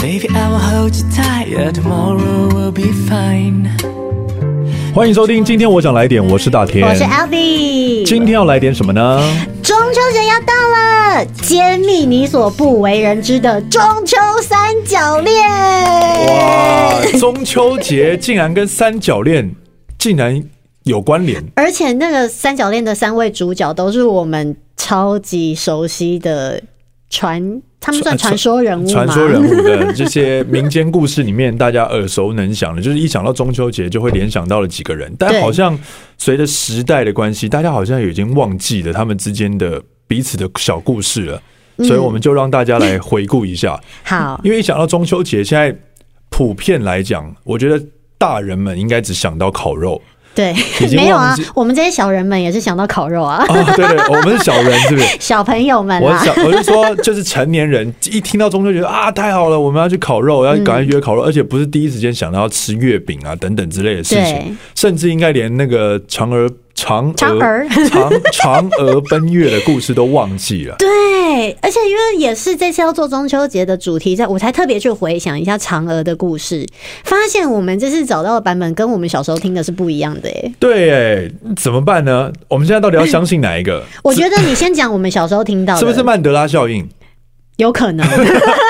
Maybe I will hold you tight, yeah, tomorrow will be fine. 欢迎收听，今天我想来点，我是大田，我是 Albi。今天要来点什么 呢？中秋节要到了，揭秘你所不为人知的中秋三角恋。哇，啊中秋节竟然跟三角恋竟然有关联，而且那个三角恋的三位主角都是我们超级熟悉的传，他们算传说人物吗？传说人物的这些民间故事里面，大家耳熟能详的，就是一想到中秋节就会联想到了几个人，但对好像随着时代的关系，大家好像已经忘记了他们之间的彼此的小故事了，所以嗯我们就让大家来回顾一下。 好，因为一想到中秋节，现在普遍来讲，我觉得大人们应该只想到烤 肉。对已，经没有啊忘记，我们这些小人们也是想到烤肉啊，啊，对对，我们是小人， 是不是？小朋友们我啊，想，我就说，就是成年人一听到中秋节啊，太好了，我们要去烤肉，要赶快约 烤肉，而且不是第一时间想到要吃月饼啊等等之类的事情对，甚至应该连那个嫦娥、嫦嫦娥娥、嫦 嫦娥奔月的故事都忘记了。对，而且因为也是这次要做中秋节的主题，在我才特别去回想一下嫦娥的故事，发现我们这次找到的版本跟我们小时候听的是不一样的 诶。对，哎，怎么办呢？我们现在到底要相信哪一 个？我觉得你先讲我们小时候听到的，是不是曼德拉效应？有可能？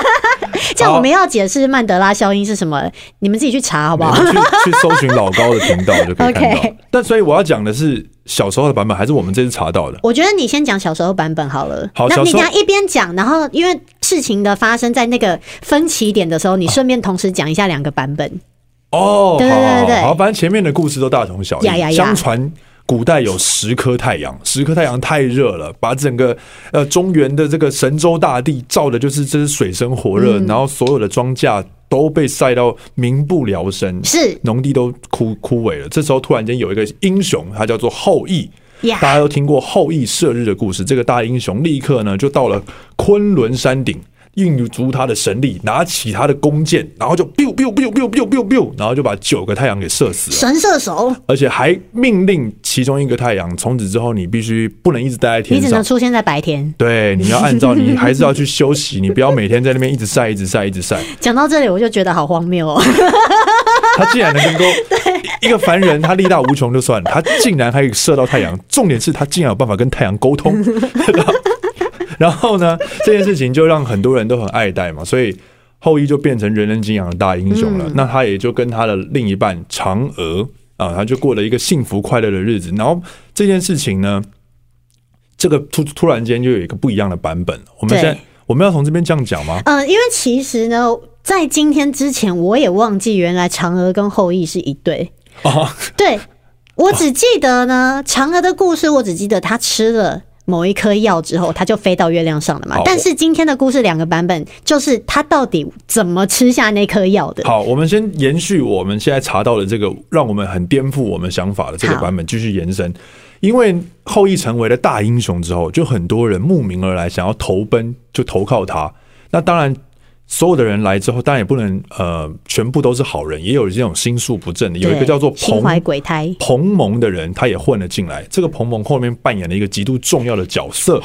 这样我们要解释曼德拉效应是什么，你们自己去查好不好？你们去去搜寻老高的频道就可以看到 OK。但所以我要讲的是小时候的版本，还是我们这次查到的？我觉得你先讲小时候版本好了。好那小你时候等一下一边讲，然后因为事情的发生在那个分歧点的时候，你顺便同时讲一下两个版本。哦，对好对好对对好，反正前面的故事都大同小异。呀呀呀相传古代有十颗太阳，十颗太阳太热了，把整个呃中原的这个神州大地照的就是真是水深火嗯热，然后所有的庄稼都被晒到民不聊生，是农地都枯枯萎了。这时候突然间有一个英雄，他叫做后羿。呀大家都听过后羿射日的故事，这个大英雄立刻呢就到了昆仑山顶，运足他的神力，拿起他的弓箭，然后就 biu biu biu biu biu biu biu，然后就把九个太阳给射死了，神射手，而且还命令其中一个太阳，从此之后你必须不能一直待在你天只能上。出现在白天。对，你要按照你还是要去休息，你不要每天在那边一直晒、一直晒、一直晒。讲到这里，我就觉得好荒谬哦！ 他竟然能够一个凡人，他力大无穷就算了，他竟然还可以射到太阳，重点是他竟然有办法跟太阳沟通。然后然后呢，这件事情就让很多人都很爱戴嘛，所以后羿就变成人人敬仰的大英雄了。那他也就跟他的另一半嫦娥啊，他就过了一个幸福快乐的日子。然后这件事情呢，这个突突然间就有一个不一样的版本。我们对现在我们要从这边这样讲 吗？嗯，因为其实呢，在今天之前，我也忘记原来嫦娥跟后羿是一对。哦，对我只记得呢，嫦娥的故事，我只记得她吃了。某一颗药之后，她就飞到月亮上了嘛好。但是今天的故事两个版本，就是她到底怎么吃下那颗药的。好，我们先延续我们现在查到的这个让我们很颠覆我们想法的这个好版本，继续延伸。因为后羿成为了大英雄之后，就很多人慕名而来，想要投奔，就投靠他。那当然，所有的人来之后，当然也不能呃全部都是好人，也有这种心术不正的，有一个对叫做心彭怀鬼胎，彭蒙的人，他也混了进来。这个彭蒙后面扮演了一个极度重要的角色。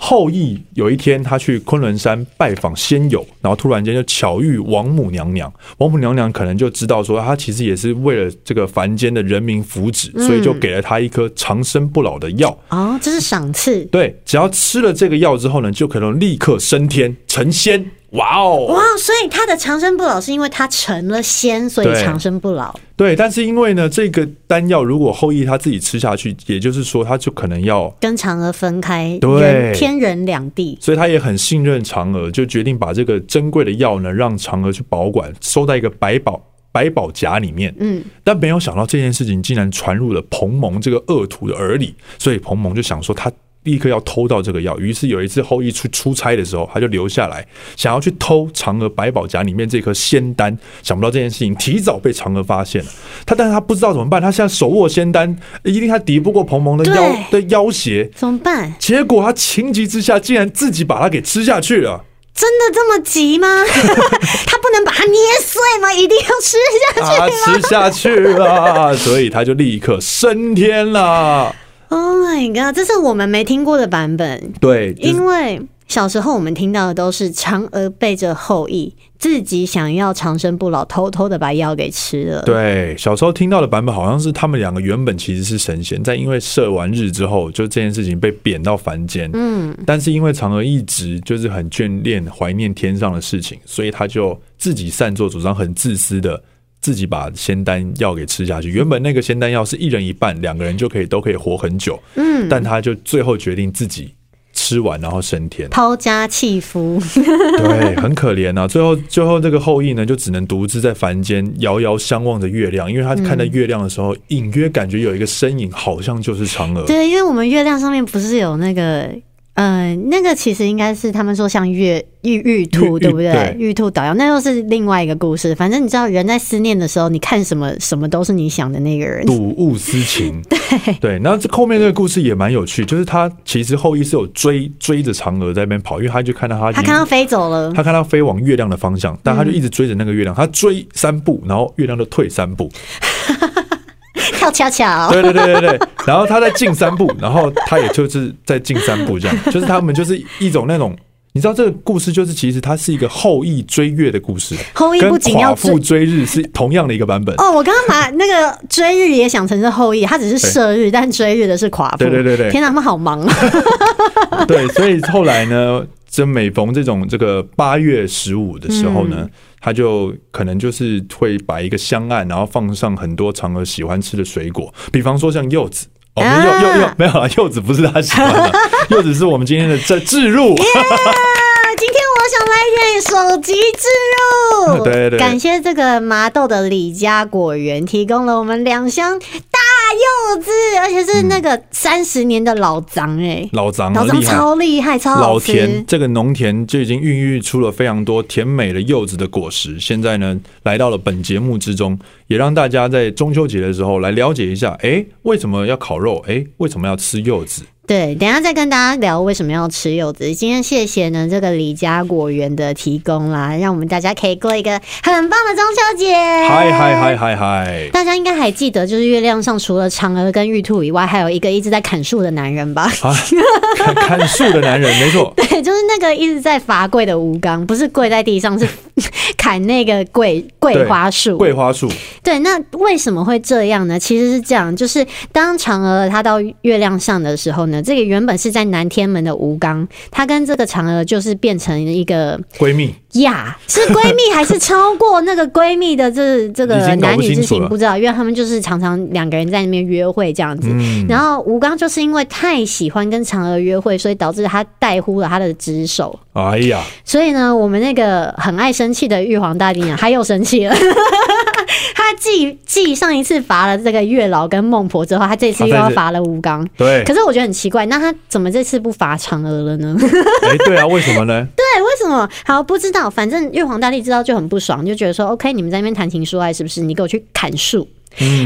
后羿有一天，他去昆仑山拜访仙友，然后突然间就巧遇王母娘娘。王母娘娘可能就知道说，她啊其实也是为了这个凡间的人民福祉，所以就给了他一颗长生不老的药。哦，这是赏赐。对，只要吃了这个药之后呢，就可能立刻升天成仙。哇哦！哇，所以她的长生不老是因为她成了仙，所以对长生不老。对，但是因为呢，这个丹药如果后羿他自己吃下去，也就是说，他就可能要跟嫦娥分开，对人天人两地。所以他也很信任嫦娥，就决定把这个珍贵的药呢，让嫦娥去保管，收在一个百宝百宝夹里面。嗯，但没有想到这件事情竟然传入了彭蒙这个恶徒的耳里，所以彭蒙就想说他。立刻要偷到这个药，于是有一次后羿出出差的时候，他就留下来，想要去偷嫦娥百宝夹里面这颗仙丹。想不到这件事情提早被嫦娥发现了，他但是他不知道怎么办，他现在手握仙丹，一定他敌不过彭蒙的要的要挟，怎么办？结果他情急之下，竟然自己把它给吃下去了。真的这么急吗？ 他不能把它捏碎吗？一定要吃下去？啊，吃下去了，所以他就立刻升天了。 Oh my god！这是我们没听过的版本，对，就是因为小时候我们听到的都是嫦娥背着后羿，自己想要长生不老，偷偷的把药给吃了。对，小时候听到的版本好像是他们两个原本其实是神仙，但因为射完日之后，就这件事情被贬到凡间。嗯，但是因为嫦娥一直就是很眷恋、怀念天上的事情，所以他就自己擅作主张，很自私的自己把仙丹药给吃下去。原本那个仙丹药是一人一半，两个人就可以都可以活很久。嗯，但他就最后决定自己吃完，然后升天。抛家弃夫， 对，很可怜呐、最后，最后这个后羿呢，就只能独自在凡间遥遥相望着月亮，因为他看到月亮的时候，隐约感觉有一个身影，好像就是嫦娥。对，因为我们月亮上面不是有那个，呃，那个其实应该是他们说像月玉玉兔，玉对不对对？玉兔捣药，那又是另外一个故事。反正你知道，人在思念的时候，你看什么什么都是你想的那个人。睹物思 情，对对，那这后面这个故事也蛮有趣，就是他其实后羿是有追追着嫦娥在那边跑，因为他就看到他已他经看到飞走了，他看到飞往月亮的方向，但他就一直追着那个月亮，他追三步，然后月亮就退三步，跳恰恰、哦，对对对对对，然后他在进三步，然后他也就是在进三步 这样，就是他们就是一种那种。你知道这个故事就是，其实它是一个后羿追月的故事，后羿跟不仅要寡追妇追日是同样的一个版本。哦，我刚刚把那个追日也想成是后羿，他只是射日，但追日的是寡妇。对对对对天哪，他们好忙啊！对，所以后来呢，这每逢这种这个八月十五的时候呢，嗯他就可能就是会摆一个香案，然后放上很多嫦娥喜欢吃的水果，比方说像柚子。哦，没有柚柚柚啊没有啊，柚子不是他喜欢 的，柚子是我们今天的这置入。啊今天我想来点手机置入，对对对感谢这个麻豆的李家果园提供了我们两箱大柚子，而且是那个三十年的老张哎、嗯老张啊老张厉害，超厉害，超老好田吃。这个农田就已经孕育出了非常多甜美的柚子的果实。现在呢，来到了本节目之中，也让大家在中秋节的时候来了解一下，诶，为什么要烤肉？诶，为什么要吃柚子？对，等一下再跟大家聊为什么要吃柚子。今天谢谢呢这个李家果园的提供啦，让我们大家可以过一个很棒的中秋节。嗨嗨嗨！嗨嗨！大家应该还记得，就是月亮上除了嫦娥跟玉兔以外，还有一个一直在砍树的男人吧？ 啊，砍砍树的男人，没 错， 对，就是那个一直在罚跪的吴刚，不是跪在地上，是 砍那个桂桂花树。桂花树。对，那为什么会这样呢？其实是这样，就是当嫦娥她到月亮上的时候呢，这个原本是在南天门的吴刚，她跟这个嫦娥就是变成一个闺蜜，呀是闺蜜还是超过那个闺蜜的这这已个经搞不男女之清楚情了不知道，因为他们就是常常两个人在那边约会这样子。嗯然后吴刚就是因为太喜欢跟嫦娥约会，所以导致他带忽了她的职守。哎呀，所以呢，我们那个很爱生气的玉皇大帝呢，他又生气了。 他继继上一次罚了这个月老跟孟婆之后，他这次又要罚了吴刚。对，可是我觉得很奇怪，那他怎么这次不罚嫦娥了呢？ 哎，对啊，为什么 呢？对，为什么？好，不知道。反正玉皇大帝知道就很不爽，就觉得说，OK，你们在那边谈情说爱是不是？你给我去砍树，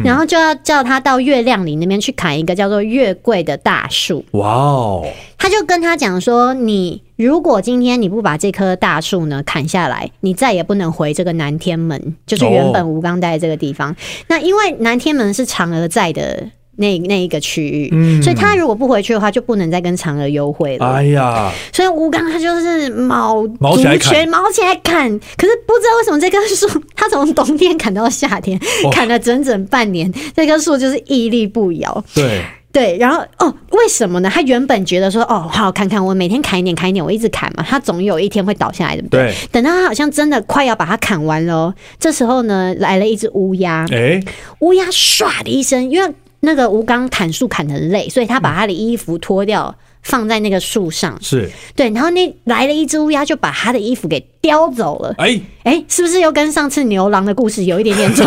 然后就要叫他到月亮里那边去砍一个叫做月桂的大树。哇哦，他就跟他讲说，你如果今天你不把这棵大树呢砍下来，你再也不能回这个南天门，就是原本吴刚待的这个地方。嗯那因为南天门是嫦娥在的。那那一个区域，所以他如果不回去的话，就不能再跟嫦娥幽会了。嗯哎呀，所以吴刚他就是卯卯足起来砍全卯起来砍，可是不知道为什么这棵树，他从冬天砍到夏天，哇砍了整整半年，这棵树就是屹立不摇。对，对，然后哦，为什么呢？他原本觉得说，哦，好砍砍，我每天砍一点，砍一点，我一直砍嘛，他总有一天会倒下来，对不对？对等到他好像真的快要把它砍完了哦，这时候呢，来了一只乌鸦，哎，乌鸦唰的一声，因为那个吴刚砍树砍得很累，所以他把他的衣服脱掉，放在那个树上。是，对，然后那来了一只乌鸦，就把他的衣服给叼走了。哎，哎、是不是又跟上次牛郎的故事有一点点重？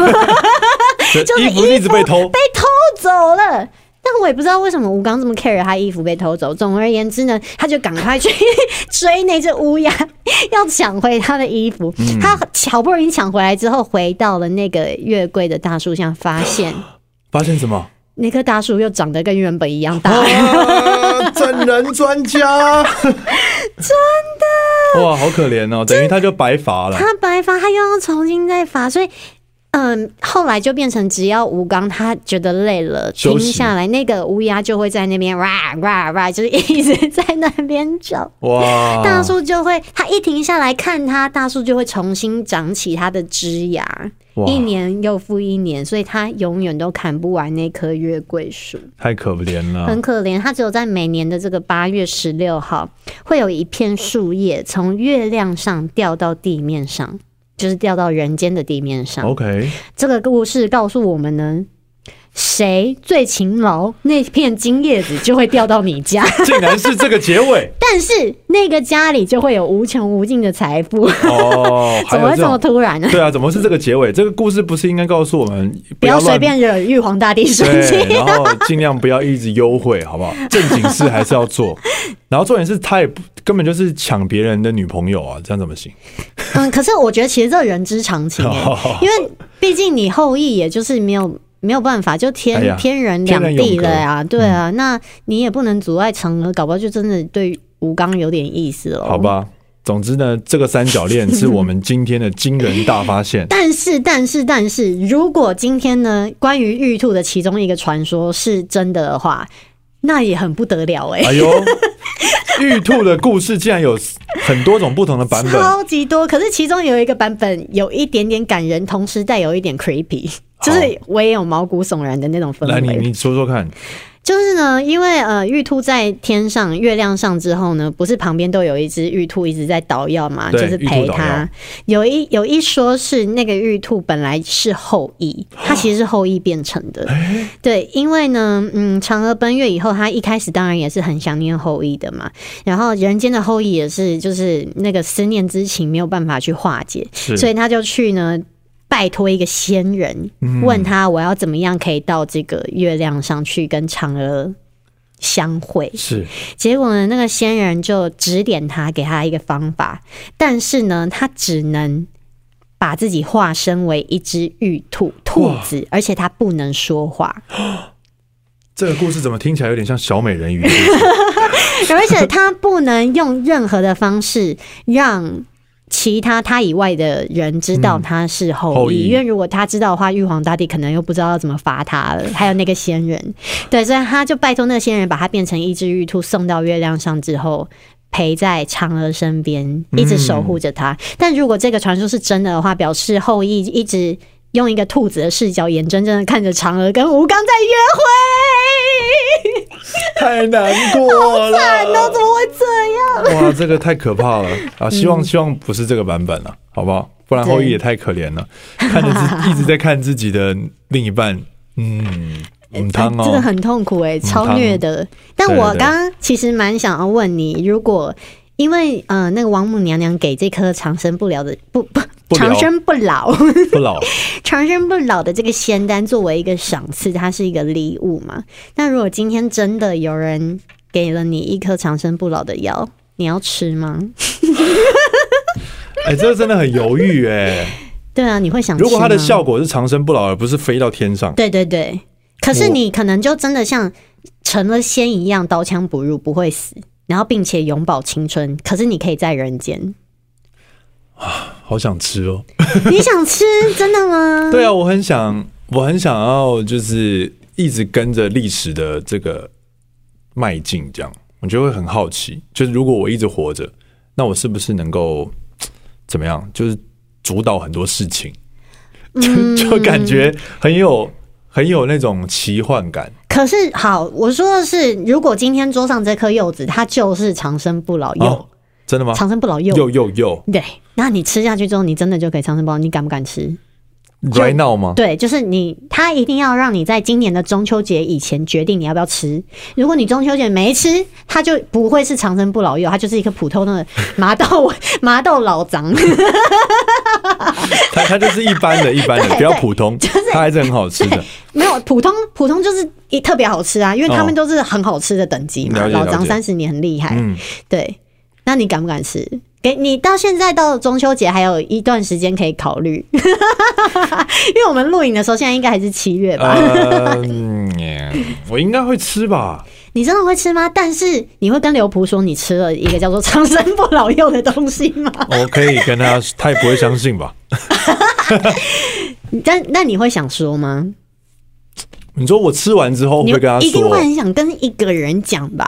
这衣服一直被偷，被偷走了。但我也不知道为什么吴刚这么 care 他衣服被偷走。总而言之呢，他就赶快去追那只乌鸦，要抢回他的衣服。嗯他好不容易抢回来之后，回到了那个月桂的大树下，发 现发现什么？那棵大树又长得跟原本一样大。哦啊，真人专家，真的哇，好可怜哦，等于他就白罚了。他白发，他又要重新再发，所以。嗯，后来就变成只要吴刚他觉得累了，停休息下来，那个乌鸦就会在那边哇哇哇，就是一直在那边叫。哇，大树就会，它一停下来看它，大树就会重新长起它的枝芽，哇一年又复一年，所以它永远都砍不完那棵月桂树，太可怜了很，可怜。它只有在每年的这个八月十六号，会有一片树叶从月亮上掉到地面上，就是掉到人间的地面上。 OK，这个故事告诉我们呢。谁最勤劳，那片金叶子就会掉到你家。 竟然是这个结尾但是那个家里就会有无穷无尽的财富。哦，还怎么有会这这么种。突然呢？对啊，怎么是这个结尾？这个故事不是应该告诉我们不要要随乱便惹玉皇大帝生对，气。 然后尽量不要一直优惠，好不好？正经事还是要做。然后重点是他也不根本就是抢别人的女朋友啊，这样怎么行？嗯，可是我觉得其实这人之常情、哦欸，因为毕竟你后裔也就是没有没有办法，就天、哎呀天人天两人地永隔嗯了呀、对啊，那你也不能阻碍嫦娥，搞不好就真的对吴刚有点意思哦了。。好。吧，总之呢，这个三角恋是我们今天的惊人大发现 但是，但是，但是，如果今天呢，关于玉兔的其中一个传说是真的的话，那也很不得了哎、哎呦，玉兔的故事竟然有很多种不同的版本，超级多。可是其中有一个版本有一点点感人，同时带有一点 creepy，就是我也有毛骨悚然的那种氛哦来你围。你说说看。就是呢，因为呃，玉兔在天上、月亮上之后呢，不是旁边都有一只玉兔一直在捣药嘛，就对是玉陪兔捣它药。有一有一说是那个玉兔本来是后羿，它其实是后羿变成的。对，因为呢，嗯，嫦娥奔月以后，她一开始当然也是很想念后羿的嘛。然后人间的后羿也是，就是那个思念之情没有办法去化解，是所以他就去呢。拜托一个仙人，问他我要怎么样可以到这个月亮上去跟嫦娥相会。是结果呢，那个仙人就指点他，给他一个方法，但是呢，他只能把自己化身为一只玉兔兔子，而且他不能说话，这个故事怎么听起来有点像小美人 鱼？而且他不能用任何的方式让。其他他以外的人知道他是后后羿，羿因为如果他知道的话，玉皇大帝可能又不知道要怎么罚他了。还有那个仙人，对，所以他就拜托那个仙人把他变成一只玉兔，送到月亮上之后，陪在嫦娥身边，一直守护着她。但如果这个传说是真的的话，表示后羿一直用一个兔子的视角，眼睁睁的看着嫦娥跟吴刚在约 会。太难过了，惨哦，怎么会这样？哇，这个太可怕了啊！希嗯望希望不是这个版本了，好不好？不然后羿也太可怜了，看着 自一直在看自己的另一半，嗯，嗯，汤这个哦，哎很痛苦哎、超汤虐的。但对我对刚刚其实蛮想要问你，如果因为呃那个王母娘娘给这棵长生不了的不不不长了生不老 不老，长生不老的这个仙丹作为一个赏赐，它是一个礼物嘛？那如果今天真的有人给了你一颗长生不老的药，你要吃吗？哎，这个真的很犹豫哎、对啊，你会想吃如吗？果它的效果是长生不老，而不是飞到天上，对对对，可是我你可能就真的像成了仙一样，刀枪不入，不会死，然后并且永葆青春。可是你可以在 人间，好想吃哦。你想吃真的吗？对啊，我很想，我很想要，就是一直跟着历史的这个迈进，这样我就会很好奇，就是如果我一直活着，那我是不是能够怎么样，就是主导很多事情，嗯就就感觉很有很有那种奇幻感。可是好，我说的是，如果今天桌上这颗柚子，它就是长生不老柚，哦，真的吗？长生不老柚，又又又对。那你吃下去之后，你真的就可以长生不老，你敢不敢吃？ ，right now 吗？对，就是你，它一定要让你在今年的中秋节以前决定你要不要吃。如果你中秋节没吃，它就不会是长生不老药，它就是一颗普通 的麻豆麻豆老张，它它就是一般的，一般的， 对比较对普通，它还是很好吃的。 没有普通普通就是一特别好吃啊，因为他们哦都是很好吃的等级嘛。了解老了张解三十年很厉害，嗯对。那你敢不敢吃？给你到现在到中秋节还有一段时间可以考虑， 因为我们录影的时候现在应该还是七月吧。呃，嗯我应该会吃吧。你真的会吃吗？但是你会跟刘仆说你吃了一个叫做长生不老药的东西吗？ 我可以跟他，他也不会相信吧？但那你会想说吗？你说我吃完之后会你不会跟他一定说会，很想跟一个人讲吧？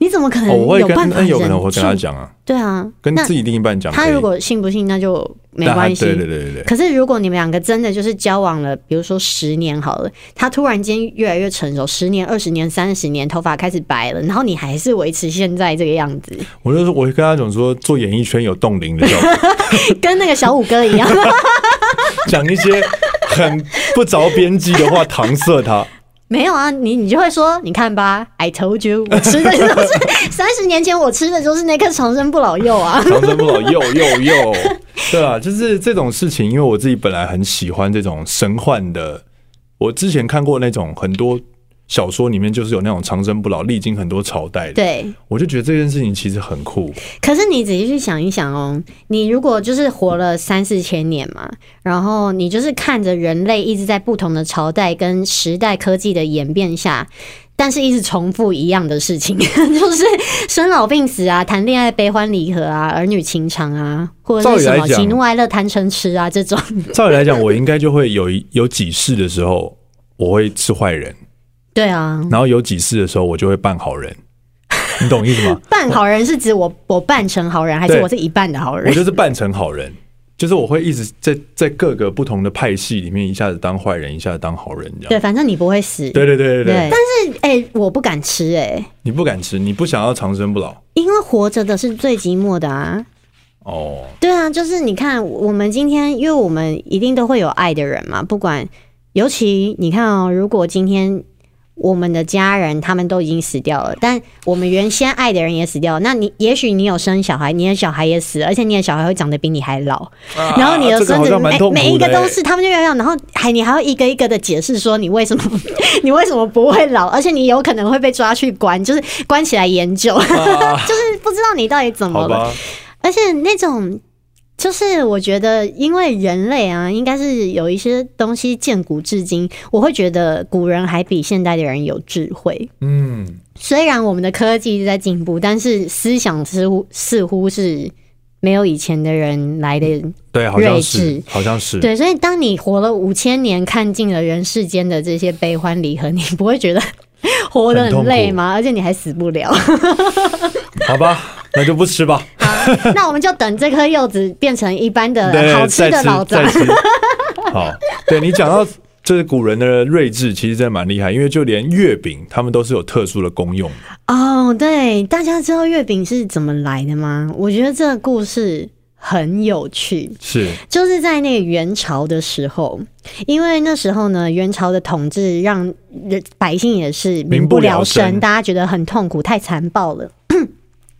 你怎么可哦我能会有跟办法那忍有可住？能我会跟他讲啊，对啊，跟那自己另一半讲可以。他如果信不信，那就没但他关系。对对对对对，可是，如果你们两个真的就是交往了，比如说十年好了，他突然间越来越成熟，十年、二十年、三十年，头发开始白了，然后你还是维持现在这个样子， 我就说，我就跟他讲说，做演艺圈有冻龄的效果，跟那个小五哥一样。讲一些很不着边际的话，搪塞他。没有啊，你你就会说，你看吧，I told you，我吃的就是 三十年前我吃的就是那颗长生不老药啊。长生不老，又又又，对啊，就是这种事情，因为我自己本来很喜欢这种神幻的，我之前看过那种很多小说里面就是有那种长生不老，历经很多朝代的，对，我就觉得这件事情其实很酷。可是你仔细去想一想哦，你如果就是活了三四千年嘛，然后你就是看着人类一直在不同的朝代跟时代科技的演变下，但是一直重复一样的事情， 就是生老病死啊，谈恋爱悲欢离合啊，儿女情长啊，或者是照什理么来讲喜怒哀乐贪嗔痴啊这种。照理来讲，我应该就会有一 有几世的时候，我会是坏人，对啊，然后有几世的时候，我就会扮好人，你懂意思吗？半好人是指我我扮成好人，还是对我是一半的好我人？就是扮成好人，就是我会一直在在各个不同的派系里面，一下子当坏人，一下子当好人，这对，样。反正你不会死。对对对对对，但是哎、我不敢吃哎、你不敢吃，你不想要长生不老因为活着的是最寂寞的啊。哦。对啊，就是你看，我们今天，因为我们一定都会有爱的人嘛，不管，尤其你看哦，如果今天我们的家人他们都已经死掉了，但我们原先爱的人也死掉了，那你也许你有生小孩，你的小孩也死了，而且你的小孩会长得比你还老， 然后你啊这个的孙好子像每、蛮痛苦的哎每一个欸都是，他们就要要，然后还你还要一个一个的解释说你为什么你为什么不会老，而且你有可能会被抓去关，就是关起来研究， 就是不知道你到底怎么啊好了。吧，而且那种就是我觉得，因为人类啊，应该是有一些东西见古至今，我会觉得古人还比现代的人有智慧。嗯，虽然我们的科技一直在进步，但是思想似乎似乎是没有以前的人来的对，好像睿是智，好像是。对，所以当你活了五千年，看尽了人世间的这些悲欢离合，你不会觉得活得很痛很苦累吗？而且你还死 不了。好吧，那就不吃吧。那我们就等这颗柚子变成一般的对，呃好吃再的吃老再杂 吃。好，对你讲到就是古人的睿智，其实真的蛮厉害，因为就连月饼他们都是有特殊的功用的。哦，对，大家知道月饼是怎么来的吗？我觉得这个故事很有趣。是，就是在那个元朝的时候，因为那时候呢，元朝的统治让人百姓也是民民不不聊聊生，生大家觉得很痛苦，太残暴了。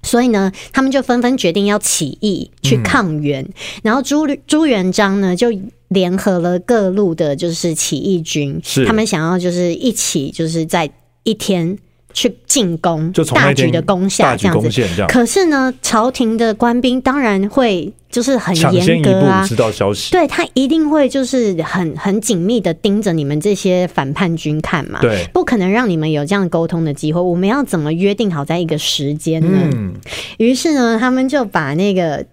所以呢，他们就纷纷决定要起义去抗元。然后朱朱元璋呢，就联合了各路的就是起义军，是他们想要就是一起就是在一天去进攻，就从大那局天的攻下大这局样攻子。陷这样，可是呢，朝廷的官兵当然会就是很抢先严一格啊步，知道消息。对他一定会就是很很紧密的盯着你们这些反叛军看嘛，对不可能让你们有这样沟通的机会。我们要怎么约定好在一个时间呢？嗯，于、是呢，他们就把那个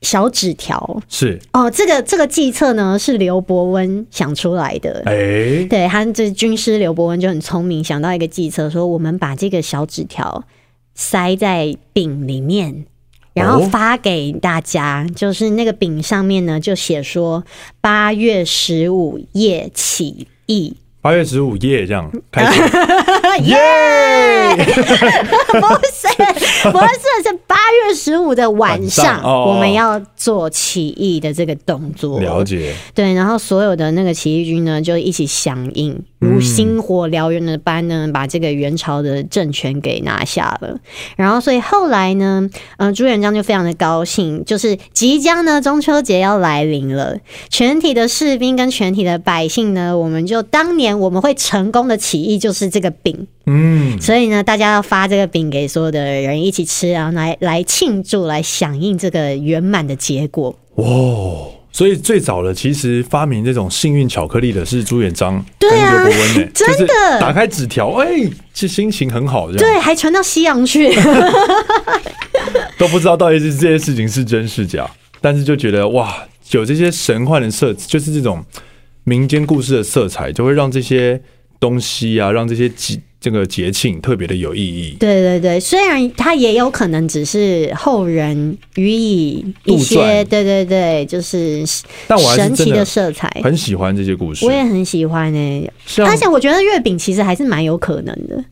小纸条是，哦，这个这个计策呢是刘伯温想出来的。哎，对他这军师刘伯温就很聪明，想到一个计策，说我们把这个小纸条塞在饼里面，然后哦发给大家。就是那个饼上面呢，就写说八月十五夜起义。 八月十五夜这样开始，耶！不是，不是，是八月十五的晚上，晚上哦我们要做起义的这个动作。了解，对，然后所有的那个起义军呢，就一起响应，如星火燎原的般呢，把这个元朝的政权给拿下了。然后，所以后来呢，嗯、朱元璋就非常的高兴，就是即将呢中秋节要来临了，全体的士兵跟全体的百姓呢，我们就当年我们会成功的起义就是这个饼，嗯，所以呢，大家要发这个饼给所有的人一起吃，然后来来庆祝，来响应这个圆满的结果。哇、所以最早的其实发明这种幸运巧克力的是朱元璋对跟啊刘伯温呢、 真的就是打开纸条，哎、这心情很好，这样对，还传到西洋去。都不知道到底是这些事情是真是假，但是就觉得哇，有这些神幻的色，就是这种民间故事的色彩，就会让这些东西啊，让这些节这个节庆特别的有意义。对对对，虽然它也有可能只是后人予以一杜些，撰对对对，就是但我还是神真奇的的色彩，很喜欢这些故事我，也很喜欢诶、像而且我觉得月饼其实还是蛮有可能的，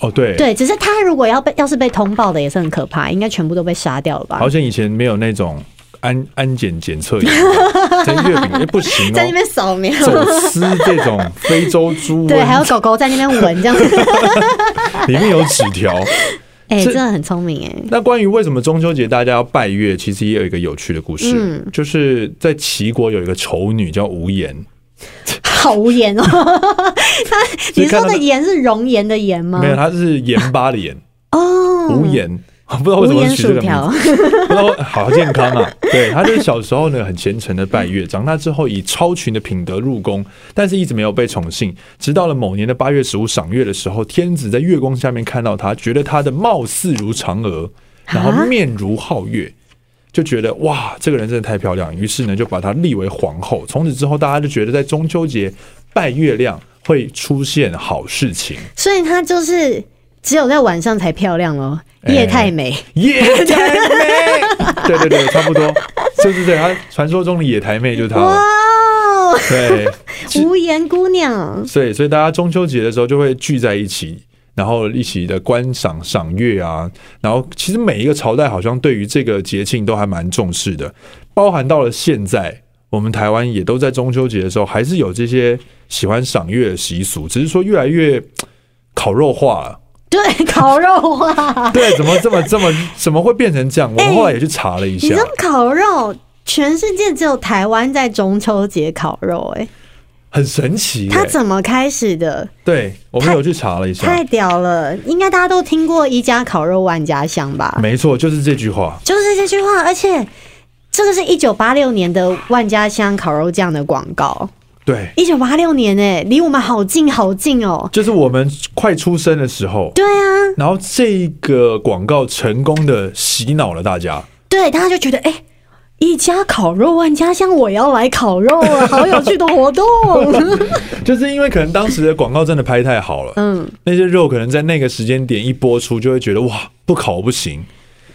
哦对，对，只是它如果要被要是被通报的也是很可怕，应该全部都被杀掉了吧？好像以前没有那种安安检检测仪， 在月饼哎不行 在那哦，边扫描，走私这种非洲猪 对，还有瘟，狗狗在那边 闻这样子，里面有纸 条。哎、这真的很聪明哎、那关于为什么中秋节大家要拜月，其实也有一个有趣的故事，嗯就是在齐国有一个丑女叫无颜，好无言哦。 就你是看说到的那颜是容颜的颜吗？没有，她是盐巴的盐，哦，无颜。不知道为无什么言取这薯个名字条，然后好健康啊！对，他就是小时候呢很虔诚的拜月，长大之后以超群的品德入宫，但是一直没有被宠幸。直到了某年的八月十五赏月的时候，天子在月光下面看到他，觉得他的貌似如嫦娥，然啊后面如皓月。就觉得哇，这个人真的太漂亮，于是呢就把她立为皇后。从此之后，大家就觉得在中秋节拜月亮会出现好事情。所以它就是只有在晚上才漂亮哦，哎夜太美。野台妹， 对对对，差不多，就是对她传说中的野台妹就是她哇了，哦，对，是 无言姑娘，所以所以大家中秋节的时候就会聚在一起。然后一起的观赏赏月啊，然后其实每一个朝代好像对于这个节庆都还蛮重视的，包含到了现在，我们台湾也都在中秋节的时候还是有这些喜欢赏月的习俗，只是说越来越烤肉化了。对，烤肉啊，哎对，怎么这么这么怎么会变成这样？我们后来也去查了一 你下，知道烤肉，全世界只有台湾在中秋节烤肉、哎，很神奇耶、它怎么开始的？对，我们有去查了一下太，屌了，应该大家都听过“一家烤肉万家香”吧？没错，就是这句话。就是这句话，而且这个是一九八六年的万家香烤肉酱的广告，对，一九八六年哎、离我们好近好近哦、就是我们快出生的时候，对啊，然后这个广告成功的洗脑了大家。对，大家就觉得哎。一家烤肉万家香，我要来烤肉了，好有趣的活 动。就是因为可能当时的广告真的拍太好了，嗯，那些肉可能在那个时间点一播出，就会觉得哇，不烤不行，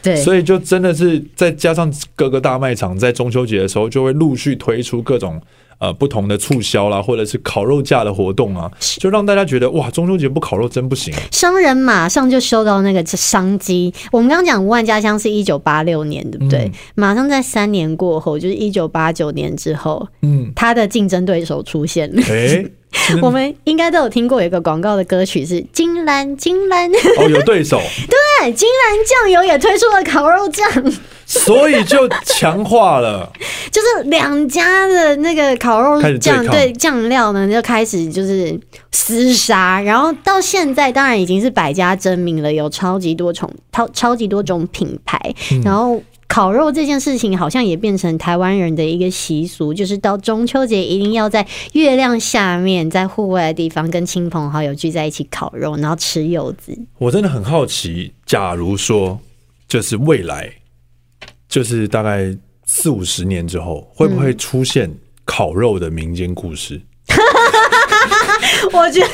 对，所以就真的是再加上各个大卖场在中秋节的时候，就会陆续推出各种呃不同的促销啦，或者是烤肉架的活动啊，就让大家觉得哇，中秋节不烤肉真不行。商人马上就收到那个商机。我们刚刚讲万家香是一九八六年，对不对？嗯马上在三年过后，就是一九八九年之后，嗯，他的竞争对手出现了。诶、 嗯我们应该都有听过有一个广告的歌曲是“金兰金兰”，对，哦，有对手。金兰酱油也推出了烤肉酱，所以就强化了。就是两家的那个烤肉开始对酱抗对酱料呢就开始就是厮杀，然后到现在当然已经是百家争鸣了，有超级多种超超级多种品牌，嗯然后。烤肉这件事情好像也变成台湾人的一个习俗，就是到中秋节一定要在月亮下面，在户外的地方跟亲朋好友聚在一起烤肉，然后吃柚子。我真的很好奇，假如说就是未来，就是大概四五十年之后，会不嗯会出现烤肉的民间故事？我觉得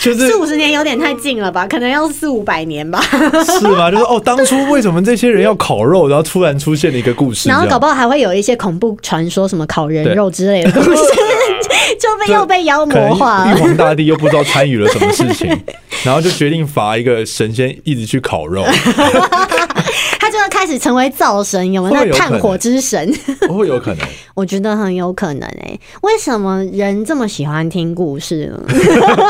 就就四五是十年有点太近了吧，可能要四五百年吧。是吗？就是哦，当初为什么这些人要烤肉，然后突然出现了一个故事，然后搞不好好还会有一些恐怖传说，什么烤人肉之类的东西， 就被又被妖可能魔化玉了。皇大帝又不知道参与了什么事情，然后就决定罚一个神仙一直去烤 肉，他就要开始成为灶神，有没有？会那有可能炭火之神， 会有可能。我觉得很有可能哎、为什么人这么喜欢听故事呢？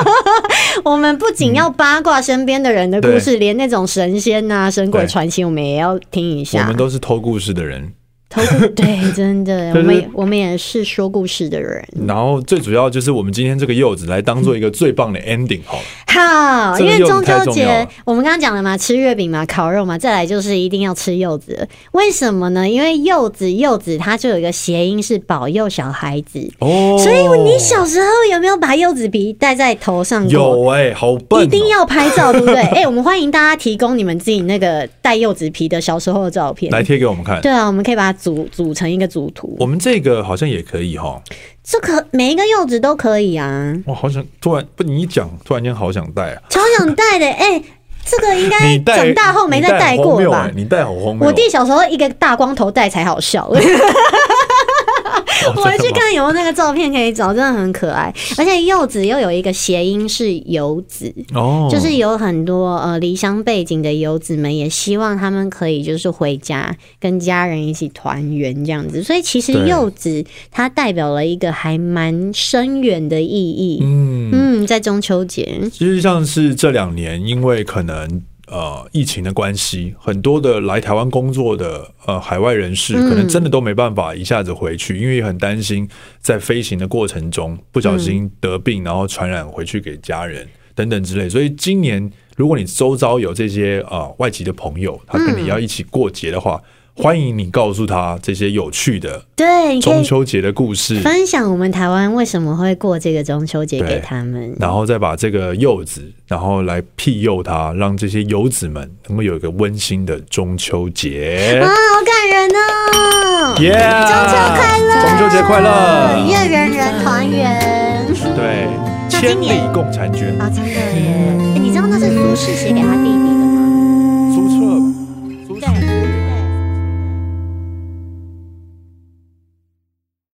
我们不仅要八卦身边的人的故事，连那种神仙呐、神鬼对传奇，我们也要听一我下们。都是偷故事的人，偷故对，真的， 就是我们也我们也是说故事的人。然后最主要就是我们今天这个柚子来当做一个最棒的 ending 好了。好，因为这个柚中子太秋重要节了我们刚刚讲了嘛，吃月饼嘛，烤肉嘛，再来就是一定要吃柚子了。为什么呢？因为柚子，柚子它就有一个谐音是保佑小孩子，哦，所以你小时候有没有把柚子皮戴在头上过？有哎、好笨、哦，一定要拍照，对 不对？哎、我们欢迎大家提供你们自己那个戴柚子皮的小时候的照片。来贴给我们看。对啊，我们可以把它组组成一个组图。我们这个好像也可以哈。这可每一个柚子都可以啊，我好想突然不，你一讲，突然间好想戴啊！超想戴的。哎、这个应你该戴哎长大后没再戴过你戴了好荒谬吧欸？你戴好荒谬。我弟小时候一个大光头戴才好笑。 哦我回真的去吗看有没有那个照片可以找，真的很可爱。而且柚子又有一个谐音是游子，哦，就是有很多呃离乡背景的游子们，也希望他们可以就是回家跟家人一起团圆这样子。所以其实对柚子它代表了一个还蛮深远的意义。嗯，嗯，在中秋节，其实像是这两年，因为可能呃疫情的关系，很多的来台湾工作的呃海外人士，嗯可能真的都没办法一下子回去，因为也很担心在飞行的过程中不小心得病，然后传染回去给家人等等之类。所以今年，如果你周遭有这些呃外籍的朋友，他跟你要一起过节的话，欢迎你告诉他这些有趣的嗯对，你可中以秋节的故事。分享我们台湾为什么会过这个中秋节对给他们。然后再把这个柚子，然后来庇佑它，让这些游子们能够有一个温馨的中秋节啊，。好感人哦！耶！中秋快乐，中秋节快乐！月圆人团圆。对，那千今年里共婵娟。啊，真的耶！哎你知道那是苏轼写给他弟弟的。